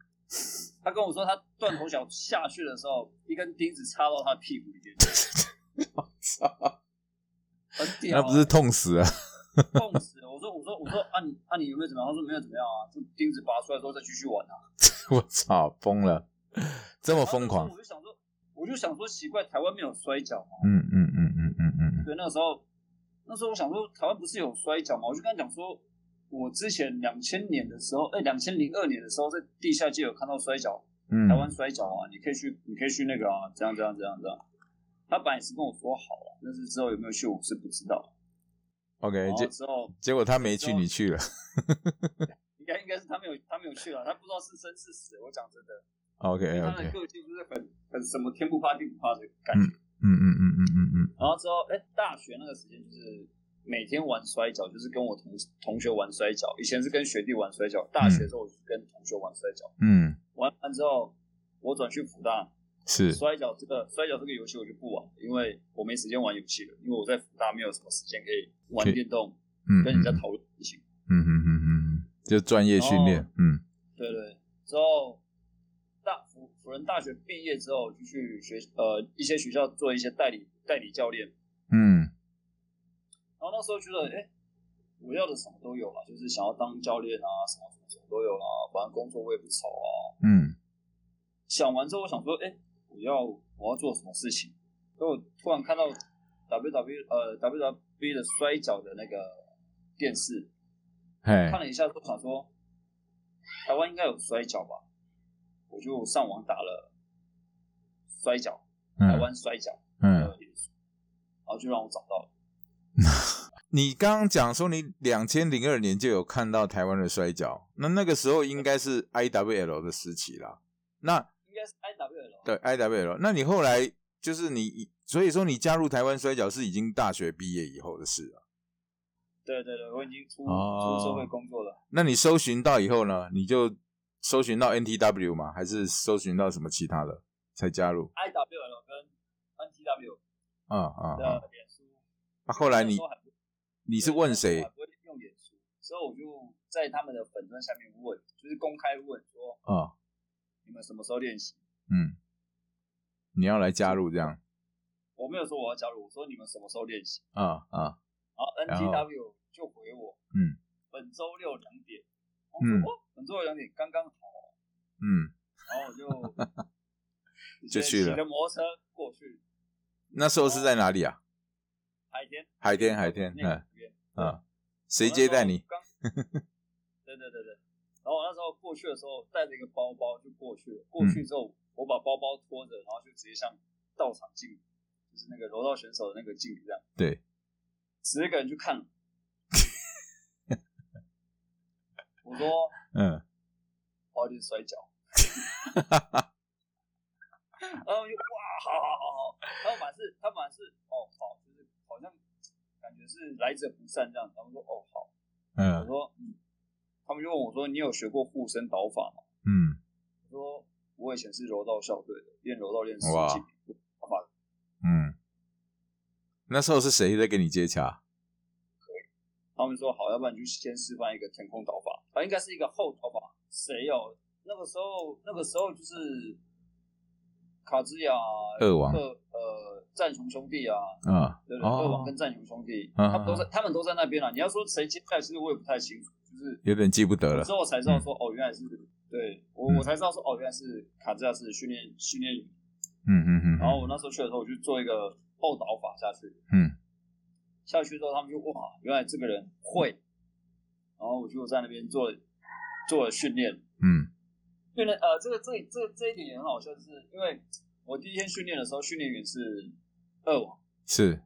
S3: 他跟我说，他断头脚下去的时候，一根钉子插到他屁股里面，
S2: 操，
S3: *laughs* 很屌、
S2: 那不是痛死啊？
S3: 冻死了。我说我说我说啊你啊你有没有怎么样？他说没有怎么样啊，就钉子拔出来之后再继续玩啊。
S2: *laughs* 我操，疯
S3: *laughs*
S2: 了，这么
S3: 然后
S2: 疯
S3: 那时候
S2: 狂
S3: 我，就想说，我就想说奇怪，台湾没有摔跤吗？
S2: 嗯嗯嗯嗯嗯嗯，嗯，
S3: 对，那个时候，那时候我想说，台湾不是有摔跤吗？我就跟他讲说，我之前两千年的时候，哎、2两千零二年的时候，在地下街有看到摔跤，
S2: 嗯，
S3: 台湾摔跤啊，你可以去，你可以去那个啊，这样这样这样这样。他本来是跟我说好了、但是之后有没有去我是不知道。
S2: OK，
S3: 然后
S2: 结
S3: 之后
S2: 结果他没去，你去了。
S3: 应该应该是他没有他没有去啊了，他不知道是生是死。欸我讲真的，
S2: OK
S3: *laughs* 他的
S2: OK，
S3: 个性就是很很什么天不怕地不怕的感觉。
S2: 嗯嗯嗯嗯嗯嗯，
S3: 然后之后，哎、大学那个时间就是每天玩摔跤，就是跟我同同学玩摔跤。以前是跟学弟玩摔跤，大学之后我就是跟同学玩摔跤。
S2: 嗯
S3: 玩完之后，我转去福大，
S2: 是，
S3: 摔跤这个摔跤这个游戏我就不玩了，因为我没时间玩游戏了，因为我在福大没有什么时间可以玩
S2: 对
S3: 电动，
S2: 嗯
S3: 跟人家讨论事情。
S2: 嗯嗯嗯嗯，就专业训
S3: 哦
S2: 练，嗯
S3: 对对，之后大辅辅仁大学毕业之后，就去学呃一些学校做一些代理代理教练。
S2: 嗯
S3: 然后那时候觉得，哎，我要的什么都有了，就是想要当教练啊，什么什么什么都有啦，反正工作我也不愁啊。
S2: 嗯
S3: 想完之后，我想说，哎，我要我要做什么事情？所以我突然看到 WWE 呃 WWE 的摔跤的那个电视，
S2: 嘿嗯
S3: 看了一下，就想说，台湾应该有摔跤吧，我就上网打了摔跤，台湾摔跤，
S2: 嗯，
S3: 呃，脸书然后就让我找到了。
S2: 你刚刚讲说你两千零二年就有看到台湾的摔跤，那那个时候应该是 IWL 的时期啦。那
S3: 应该是 I W L，
S2: 对 IWL，那你后来就是你，所以说你加入台湾摔跤是已经大学毕业以后的事了。
S3: 对对对，我已经出、
S2: 哦
S3: 出社会工作了。
S2: 那你搜寻到以后呢，你就搜寻到 NTW 吗？还是搜寻到什么其他的才加入？
S3: I W L 跟 N T W
S2: 啊啊！啊
S3: 的脸书，
S2: 那后来
S3: 那
S2: 你
S3: 时候还不
S2: 你是问
S3: 那时
S2: 谁
S3: 候还？不会用脸书，所以我就在他们的粉钻下面问，就是公开问说
S2: 啊？
S3: 你们什么时候练习？
S2: 嗯，你要来加入这样？
S3: 我没有说我要加入，我说你们什么时候练习？
S2: 啊啊！
S3: 然后
S2: 然后
S3: NTW 就回我，
S2: 嗯，
S3: 本周六两点。我说、
S2: 嗯
S3: 哦，本周六两点刚刚好，
S2: 嗯，
S3: 然后我
S2: *laughs*
S3: 就
S2: 就去了
S3: 骑着摩托车过去
S2: 那时候是在哪里啊？
S3: 海天，
S2: 海天海天
S3: 那
S2: 嗯
S3: 个那边
S2: 啊，谁接待你？？*laughs*
S3: 我那时候刚对对对对。然后我那时候过去的时候带着一个包包就过去了，
S2: 嗯
S3: 过去之后我把包包拖着，然后就直接向道场敬礼，就是那个柔道选手的那个敬礼这样。
S2: 对，
S3: 十个人去看我。我说
S2: 嗯，
S3: 我要去摔跤。然后我就哇，好好好好，然后满是他满是哦好，就是好像感觉是来者不善这样，然后说哦好。我
S2: 嗯
S3: 说，嗯，他们就问我说，你有学过护身导法吗？
S2: 嗯
S3: 我说，我以前是柔道校队的，练柔道练十
S2: 哇
S3: 几年。导法
S2: 嗯。那时候是谁在跟你接洽？
S3: 他们说好，要不然你就先示范一个腾空导法，啊，应该是一个后导法。谁哦？那个时候，那个时候就是卡兹亚、
S2: 二王
S3: 克呃战雄兄弟啊，
S2: 啊
S3: 对不对？二王
S2: 哦
S3: 跟，战雄兄弟，
S2: 嗯
S3: 他们都在，他们都在那边了。啊你要说谁接待，其实我也不太清楚，就是
S2: 有点记不得了
S3: 之。后才知道说，哦，原来是对我，
S2: 嗯
S3: 我才知道说，哦，原来是卡兹亚是训练训练营。
S2: 嗯嗯嗯。
S3: 然后我那时候去的时候，我就做一个后导法下去，
S2: 嗯
S3: 下去之后他们就哇，原来这个人会，然后我就在那边做做了训练。
S2: 嗯
S3: 训练呃，这个这这这一点也很好笑，就是因为我第一天训练的时候，训练员是二王，
S2: 是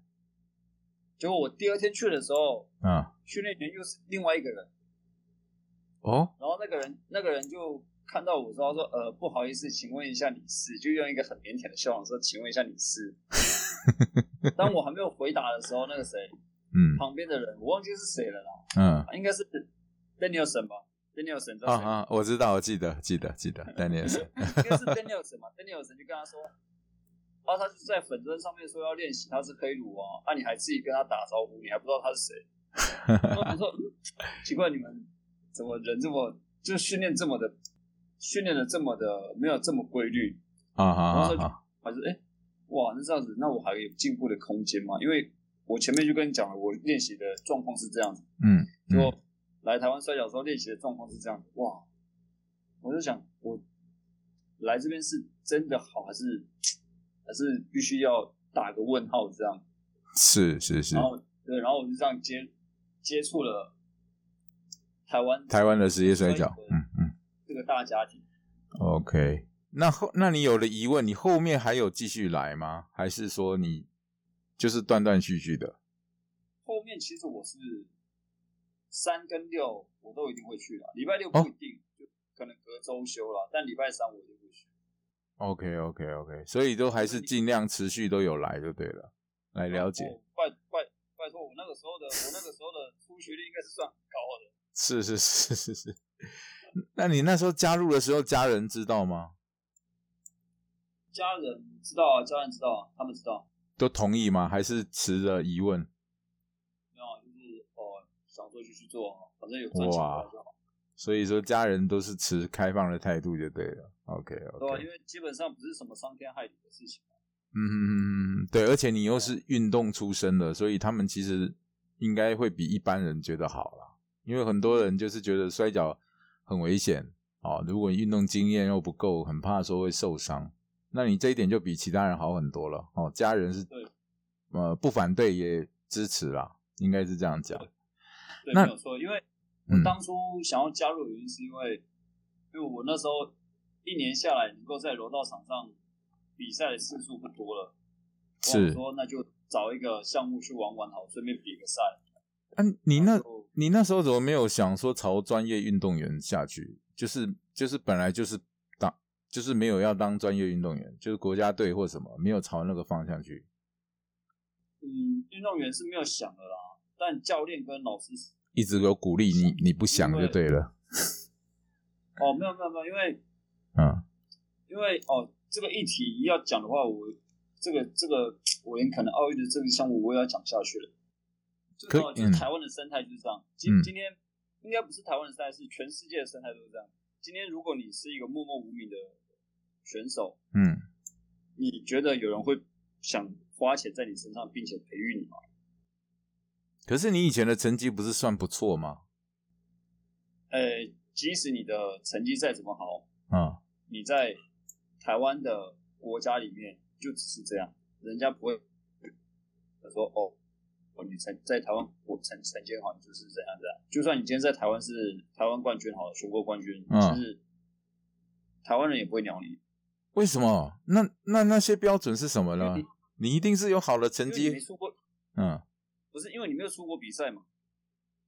S3: 结果我第二天去的时候，
S2: 啊
S3: 训练员又是另外一个人。
S2: 哦
S3: 然后那个人那个人就看到我说，他说呃不好意思，请问一下你是，就用一个很腼腆的笑容说，请问一下
S2: *laughs*
S3: 你是。当我还没有回答的时候，那个谁
S2: 嗯
S3: 旁边的人，我忘记是谁了啦，
S2: 嗯
S3: 应该是 Danielson 吧，Danielson 知
S2: 啊
S3: 道谁吗？
S2: 啊！我知道，我记得记得记 *laughs* 得，丹尼尔森。
S3: 应该是 Danielson 嘛，Danielson 就跟他说。然后他就在粉砖上面说要练习，他是黑奴啊，啊你还自己跟他打招呼，你还不知道他是谁。然后我说 *laughs* 嗯奇怪，你们怎么人这么就训练这么的，训练的这么的没有这么规律？
S2: 啊
S3: 然后
S2: 啊
S3: 说就
S2: 啊！
S3: 还是哎、哇，那这样子，那我还有进步的空间吗？因为我前面就跟你讲了，我练习的状况是这样子，
S2: 嗯
S3: 结果来台湾摔跤的时候练习的状况是这样子，哇，我就想我来这边是真的好，还是还是必须要打个问号这样？
S2: 是是是
S3: 然，后对，然后我就这样接接触了台湾
S2: 台湾的职业摔跤。嗯嗯。
S3: 这个大家庭。
S2: OK，那后那你有了疑问，你后面还有继续来吗？还是说你就是断断续续的？
S3: 后面其实我是三跟六我都一定会去的，礼拜六
S2: 哦
S3: 不一定，就可能隔周休了，但礼拜三我一定会去。
S2: OK OK OK，所以都还是尽量持续都有来就对了，来了解。
S3: 哦拜拜拜托，我那个时候的我那个时候的出学率应该是算很高的，
S2: 是是是是是。那你那时候加入的时候，家人知道吗？
S3: 家人知道啊，家人知道啊，他们知道，
S2: 都同意吗？还是持着疑问？
S3: 没有啊就是哦想做就去做啊，反正有赚钱回来就好。
S2: 所以说家人都是持开放的态度就对了。OK
S3: 对
S2: OK，
S3: 啊，因为基本上不是什么伤天害理的事情。
S2: 嗯嗯嗯嗯嗯，对，而且你又是运动出身的，所以他们其实应该会比一般人觉得好啦。因为很多人就是觉得摔跤很危险哦，如果运动经验又不够，很怕说会受伤。那你这一点就比其他人好很多了哦。家人是
S3: 对
S2: 呃不反对也支持啦，应该是这样讲。
S3: 对，
S2: 那
S3: 没有错，因为
S2: 嗯
S3: 我当初想要加入的原因是因为因为我那时候一年下来能够在柔道场上比赛的次数不多了，我想
S2: 是
S3: 说那就找一个项目去玩玩好，顺便比个赛。
S2: 啊，你那
S3: 然后
S2: 你那时候怎么没有想说朝专业运动员下去？就是就是本来就是当就是没有要当专业运动员，就是国家队或什么，没有朝那个方向去，
S3: 嗯，运动员是没有想的啦，但教练跟老师是
S2: 一直有鼓励你，你不想就对了。
S3: 哦，没有没有没有，因为
S2: 嗯，
S3: 因为哦，这个议题要讲的话，我这个这个我连可能奥运的这个项目我也要讲下去了。就
S2: 可
S3: 是
S2: 以
S3: 哦就是
S2: 嗯
S3: 台湾的生态就是这样。今、
S2: 嗯
S3: 今天应该不是台湾的生态，是全世界的生态都是这样。今天如果你是一个默默无名的选手，
S2: 嗯，
S3: 你觉得有人会想花钱在你身上，并且培育你吗？
S2: 可是你以前的成绩不是算不错吗？
S3: 呃，即使你的成绩再怎么好，
S2: 啊、
S3: 你在台湾的国家里面就只是这样，人家不会说哦，哦你成在台湾我成成绩很好，你就是这样这样。就算你今天在台湾是台湾冠军好了，全国冠军，
S2: 嗯
S3: 就是台湾人也不会鸟你，
S2: 为什么？那那那些标准是什么呢
S3: 因为？
S2: 你一定是有好的成
S3: 因为你没
S2: 绩，
S3: 出过，
S2: 嗯，
S3: 不是因为你没有出国比赛嘛？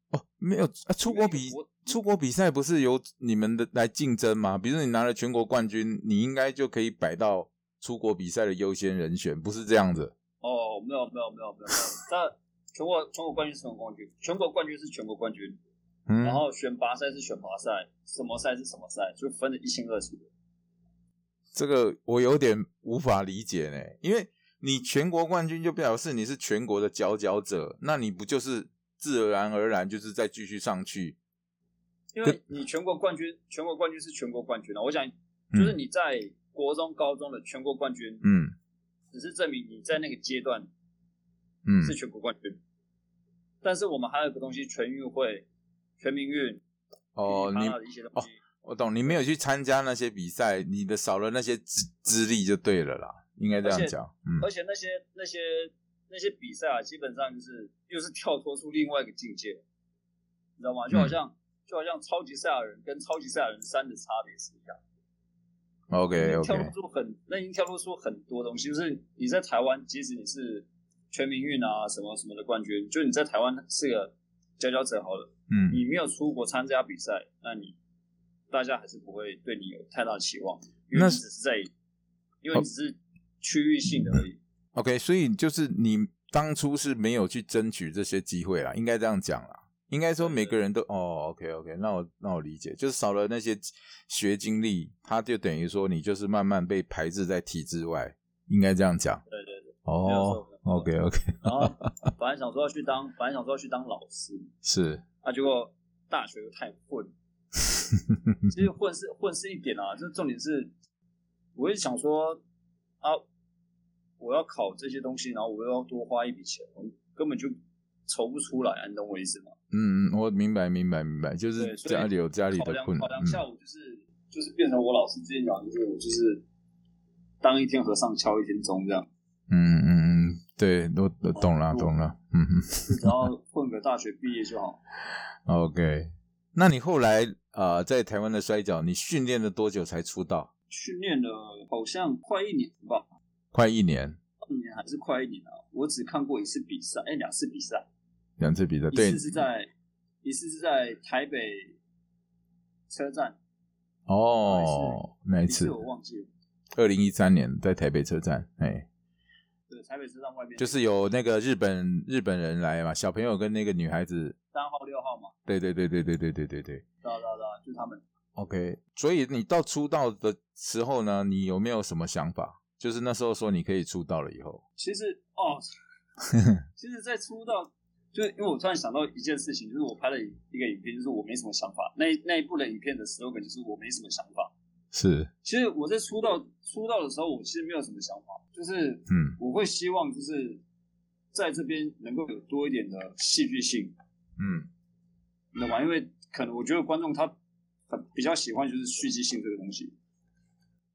S2: 哦，没有啊，出国比出国比赛不是由你们的来竞争吗？比如说你拿了全国冠军，你应该就可以摆到出国比赛的优先人选，不是这样子？
S3: 哦，没有没有没有没有，没有那全国全国冠军是全国冠军，全国冠军是全国冠军，
S2: 嗯
S3: 然，后选拔赛是选拔赛，什么赛是什么赛，就分得一清二楚。
S2: 这个我有点无法理解呢，因为你全国冠军就表示你是全国的佼佼者，那你不就是自然而然就是再继续上去？
S3: 因为你全国冠军，全国冠军是全国冠军了。啊我想，
S2: 嗯
S3: 就是你在国中、高中的全国冠军，
S2: 嗯
S3: 只是证明你在那个阶段
S2: 嗯
S3: 是全国冠军。但是我们还有一个东西，全运会、全民运，
S2: 哦，
S3: 噼里
S2: 你
S3: 啪啦的一些东西，
S2: 我懂，你没有去参加那些比赛，你的少了那些资资历就对了啦，应该这样讲。嗯
S3: 而且那些那些那些比赛啊，基本上就是又是跳脱出另外一个境界，你知道吗？就
S2: 嗯
S3: 好像、就好像超级赛亚人跟超级赛亚人三的差别是一样。
S2: ，OK
S3: 跳
S2: OK，
S3: 脱出很，那已经跳脱出很多东西。就是你在台湾，即使你是全民运啊什么什么的冠军，就你在台湾是个佼佼者好了，
S2: 嗯，
S3: 你没有出国参加比赛，那你大家还是不会对你有太大的期望，因为
S2: 那哦
S3: 你只是在，因为你只是区域性的而已。
S2: OK，所以就是你当初是没有去争取这些机会啦，应该这样讲啦。应该说
S3: 对
S2: 每个人都哦，OK OK，那我那我理解，就是少了那些学经历，他就等于说你就是慢慢被排斥在体制外，应该这样讲。
S3: 对对对。没有
S2: 哦
S3: 错没有错
S2: ，OK OK，
S3: 然后本来想说要去当，本来想说要去当老师，
S2: 是，
S3: 啊，结果大学又太混了。其实混是混是一点啊，就是重点是，我也想说啊，我要考这些东西，然后我又要多花一笔钱，我根本就筹不出来、啊，你懂我意思吗？
S2: 嗯，嗯，我明白明白明白，就
S3: 对
S2: 是
S3: 所以
S2: 家里有家里
S3: 考
S2: 的
S3: 量
S2: 困嗯
S3: 考
S2: 难，
S3: 量下，我就是、就是变成我老师之前讲的，就是我就是当一天和尚敲一天钟这样，
S2: 嗯嗯嗯嗯，对，我我懂了懂了，嗯哼。
S3: 只要混个大学毕业就好。
S2: OK，那你后来啊、呃在台湾的摔跤，你训练了多久才出道？
S3: 训练了好像快一年吧，
S2: 快一年，
S3: 一年还是快一年啊，我只看过一次比赛，哎、两次比赛。
S2: 两次比赛，
S3: 一
S2: 对
S3: 次，是在一次是在台北车站，
S2: 哦，那
S3: 一
S2: 一
S3: 次
S2: 次，
S3: 我忘记了。
S2: 二零一三年在台北车站，哎，
S3: 对，台北车站外面
S2: 就是有那个日本日本人来嘛，小朋友跟那个女孩子，
S3: 三号六号嘛，
S2: 对对对对对对对对对
S3: 对啊对啊对啊，就他们。
S2: ，OK，所以你到出道的时候呢，你有没有什么想法？就是那时候说你可以出道了以后，
S3: 其实
S2: *laughs*
S3: 哦，其实，在出道，就是因为我突然想到一件事情，就是我拍了一个影片，就是我没什么想法。那那一部的影片的 slogan 就是我没什么想法。
S2: 是，
S3: 其实我在出道出道的时候，我其实没有什么想法，就是
S2: 嗯
S3: 我会希望就是在这边能够有多一点的戏剧性，
S2: 嗯
S3: 你懂吗？因为可能我觉得观众他很比较喜欢就是续集性这个东西。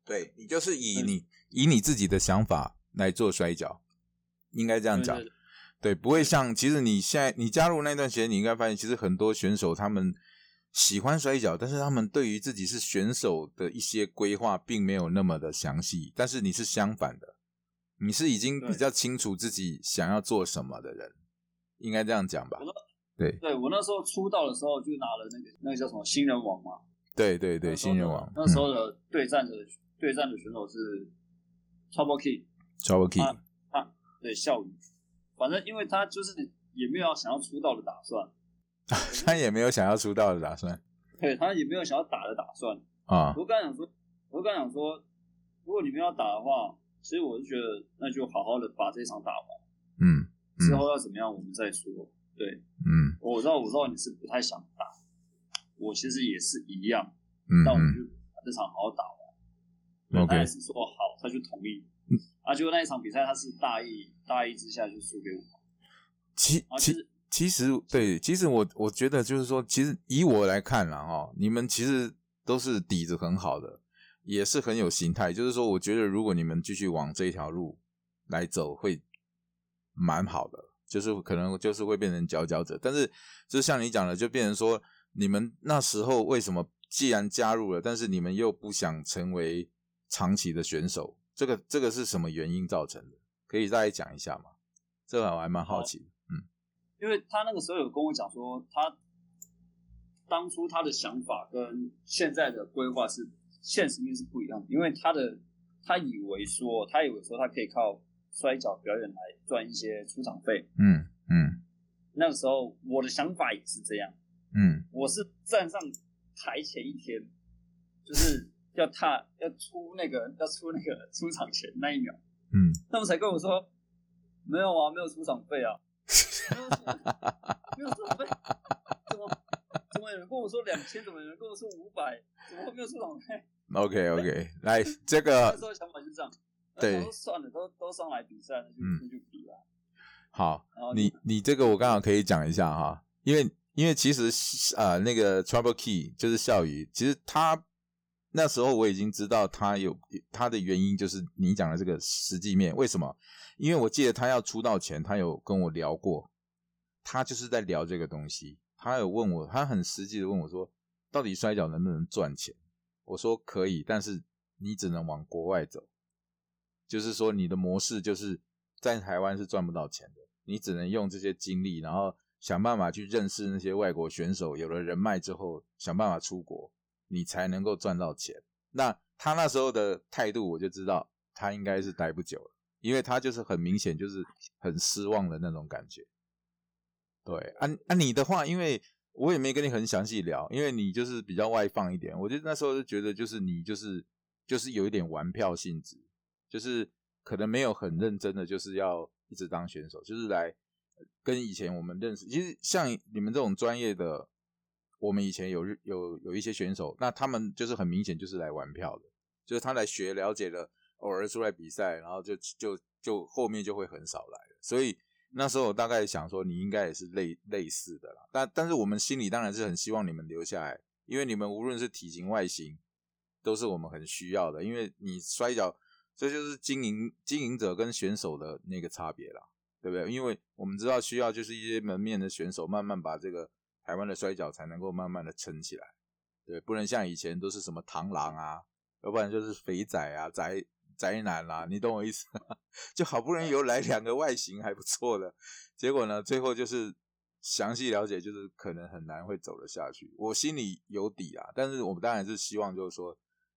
S2: 对你就是以
S3: 嗯
S2: 你以你自己的想法来做摔跤，应该这样讲
S3: 对。
S2: 对，不会像其实你现在你加入那段时间，你应该发现，其实很多选手他们喜欢摔跤，但是他们对于自己是选手的一些规划并没有那么的详细。但是你是相反的，你是已经
S3: 对
S2: 比较清楚自己想要做什么的人，应该这样讲吧
S3: 我？
S2: 对
S3: 对我那时候出道的时候就拿了那个那个叫什么新人王嘛，
S2: 对对对，
S3: 那时候
S2: 新人
S3: 的
S2: 王
S3: 那时
S2: 嗯
S3: 候的对战的、对战的选手是 Trouble King，
S2: Trouble Key，、
S3: 啊对笑宇，反正因为他就是也没有要想要出道的打算，
S2: 他也没有想要出道的打算
S3: 对他也没有想要打的打算。
S2: 啊。
S3: 我刚想说，我刚想说，如果你们要打的话，其实我是觉得那就好好的把这一场打完，
S2: 嗯
S3: 之后要怎么样我们再说。对，
S2: 嗯
S3: 我知道，我知道你是不太想打，我其实也是一样，
S2: 嗯
S3: 但我们
S2: 嗯
S3: 就把这场好好打完。对他
S2: ，OK 嗯
S3: 也是说好，他就同意。啊，结果那一场比赛他是大意大意之下就输给我，
S2: 其
S3: 啊，就
S2: 其
S3: 是
S2: 其实对，其实我我觉得就是说，其实以我来看啦，哈，你们其实都是底子很好的，也是很有心态。就是说，我觉得如果你们继续往这一条路来走，会蛮好的。就是可能就是会变成佼佼者，但是就像你讲的，就变成说你们那时候为什么既然加入了，但是你们又不想成为长期的选手，这个这个是什么原因造成的？可以大概讲一下吗？这个我还蛮好奇的。
S3: 因为他那个时候有跟我讲说，他当初他的想法跟现在的规划是现实面是不一样的，因为他的他以为说，他以为说他可以靠摔跤表演来赚一些出场费。
S2: 嗯嗯
S3: 那个时候我的想法也是这样，
S2: 嗯
S3: 我是站上台前一天，就是要踏要出那个要出那个出场前那一秒，
S2: 嗯，
S3: 他们才跟我说没有啊，没有出场费
S2: *laughs*
S3: 啊，没有出场没有出场费，怎么怎么有人跟我说两千，怎么有人跟我说五百，怎么会没有出场费？
S2: ，OK OK，来这
S3: 那
S2: 个
S3: 时候想法就是这样，
S2: 对
S3: 然后算了，都都上来比赛，那就
S2: 嗯
S3: 那就比了，
S2: 好，
S3: 然后就
S2: 你你这个我刚好可以讲一下哈，因为因为其实呃那个 Trouble Key 就是笑宇，其实他那时候我已经知道他有他的原因，就是你讲的这个实际面，为什么？因为我记得他要出道前，他有跟我聊过，他就是在聊这个东西，他有问我，他很实际的问我说，到底摔跤能不能赚钱？我说可以，但是你只能往国外走，就是说你的模式就是在台湾是赚不到钱的，你只能用这些经历，然后想办法去认识那些外国选手，有了人脉之后，想办法出国，你才能够赚到钱。那他那时候的态度，我就知道他应该是待不久了，因为他就是很明显就是很失望的那种感觉。对，啊啊，你的话，因为我也没跟你很详细聊，因为你就是比较外放一点。我就那时候就觉得，就是你就是就是有一点玩票性质，就是可能没有很认真的，就是要一直当选手，就是来跟以前我们认识。其实像你们这种专业的，我们以前有日有有一些选手，那他们就是很明显就是来玩票的，就是他来学了解了，偶尔出来比赛，然后就就就后面就会很少来了，所以。那时候我大概想说，你应该也是类类似的啦。但但是我们心里当然是很希望你们留下来，因为你们无论是体型外形，都是我们很需要的。因为你摔跤，这就是经营经营者跟选手的那个差别啦，对不对？因为我们知道需要就是一些门面的选手，慢慢把这个台湾的摔跤才能够慢慢的撑起来，对，不能像以前都是什么螳螂啊，要不然就是肥仔啊、宅宅男啦、你懂我意思吗？ *laughs* 就好不容易有来两个外形还不错的，结果呢，最后就是详细了解，就是可能很难会走得下去。我心里有底啊，但是我们当然是希望就是说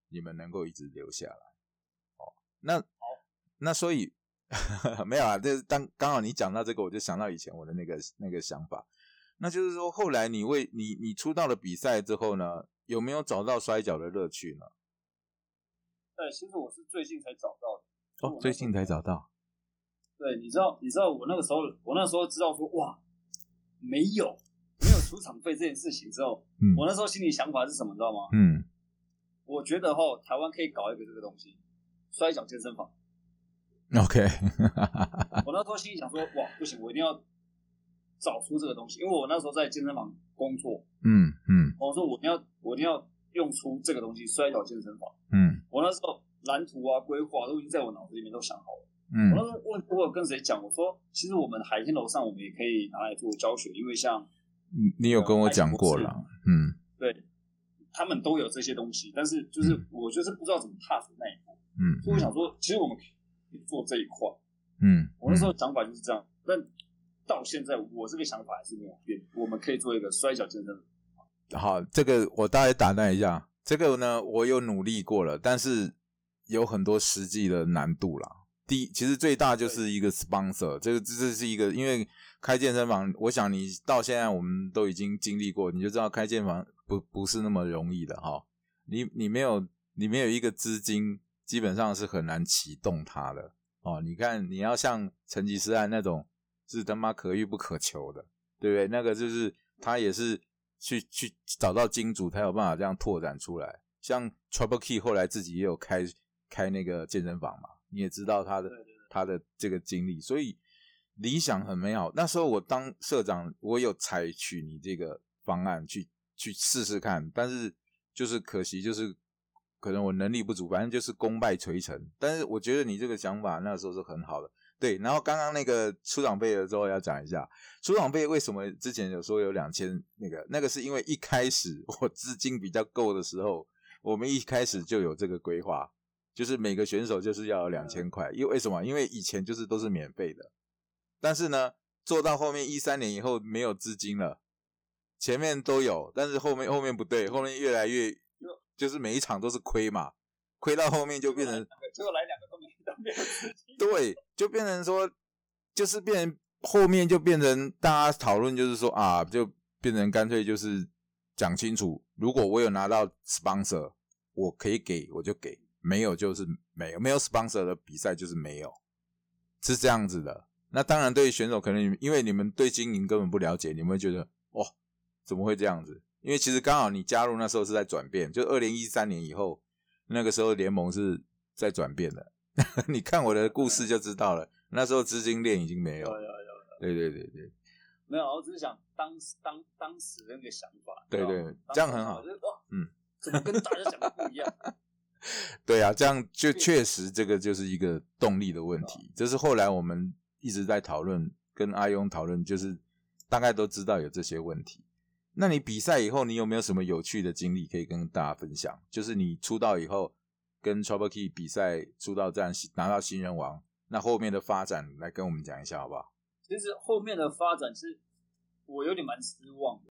S2: 你们能够一直留下来。哦，那那所以 *laughs* 没有啊，这当刚好你讲到这个，我就想到以前我的那个那个想法，那就是说后来你为你你出道了比赛之后呢，有没有找到摔跤的乐趣呢？
S3: 对，其实我是最近才找到的。
S2: 哦，最近才找到。
S3: 对，你知道，你知道我那个时候，我那时候知道说，哇，没有没有出场费这件事情之后，
S2: 嗯
S3: 我那时候心里想法是什么，你知道吗？
S2: 嗯，
S3: 我觉得吼，台湾可以搞一个这个东西，摔跤健身房。
S2: OK， *laughs*
S3: 我那时候心里想说，哇，不行，我一定要找出这个东西，因为我那时候在健身房工作，
S2: 嗯嗯
S3: 我说我一定要，我一定要用出这个东西，摔跤健身房。
S2: 嗯
S3: 我那时候蓝图啊、规划都已经在我脑子里面都想好了。我那
S2: 嗯
S3: 时候问，我有跟谁讲，我说其实我们海天楼上我们也可以拿来做教学，因为像
S2: 你，你有跟我讲过了，嗯
S3: 对，他们都有这些东西，但是就是我就是不知道怎么踏出那一步，
S2: 嗯
S3: 所以我想说，其实我们可以做这一块。
S2: 嗯，
S3: 我那时候想法就是这样，但到现在我这个想法还是没有变。我们可以做一个摔跤健身，
S2: 好，这个我大概打断一下，这个呢我有努力过了，但是有很多实际的难度啦。第一，其实最大就是一个 sponsor，这个这这是一个，因为开健身房，我想你到现在我们都已经经历过，你就知道开健身房不不是那么容易的哈、你你没有你没有一个资金，基本上是很难启动它的哦。你看，你要像成吉思汗那种，是他妈可遇不可求的。对不对？那个就是他也是去去找到金主，才有办法这样拓展出来。像 Trouble Key 后来自己也有开开那个健身房嘛，你也知道他的
S3: 对对对
S2: 他的这个经历，所以理想很美好。那时候我当社长，我有采取你这个方案去去试试看，但是就是可惜就是。可能我能力不足，反正就是功败垂成。但是我觉得你这个想法那时候是很好的，对。然后刚刚那个出长辈的时候要讲一下，出场费为什么之前有说有两千那个那个是因为一开始我资金比较够的时候，我们一开始就有这个规划，就是每个选手就是要有两千块，因为为什么？因为以前就是都是免费的，但是呢，做到后面一三年以后没有资金了，前面都有，但是后面后面不对，后面越来越就是每一场都是亏嘛，亏到后面就变成
S3: 结果来两个都没都没有资金。 *laughs*
S2: 对，就变成说，就是变成后面就变成大家讨论，就是说啊，就变成干脆就是讲清楚，如果我有拿到 sponsor，我可以给我就给，没有就是没有，没有 sponsor 的比赛就是没有，是这样子的。那当然，对于选手可能因为你们对经营根本不了解，你们会觉得哦哇，怎么会这样子？因为其实刚好你加入那时候是在转变，就二零一三年以后，那个时候联盟是在转变的。 *laughs* 你看我的故事就知道了，那时候资金链已经没有
S3: 有有
S2: 了。
S3: 有，
S2: 对对对对
S3: 没有，我只是想当时当当时的那个想法。
S2: 对对
S3: 你知道吗
S2: 这样很好
S3: 啊当时的想法
S2: 嗯
S3: 就是，嗯，怎么跟大家讲的不一样？ *laughs*
S2: 对啊，这样就确实这个就是一个动力的问题。这是后来我们一直在讨论，跟阿庸讨论，就是大概都知道有这些问题。那你比赛以后，你有没有什么有趣的经历可以跟大家分享？就是你出道以后跟 Trouble Key 比赛出道战拿到新人王，那后面的发展来跟我们讲一下好不好？
S3: 其实后面的发展是，我有点蛮失望的。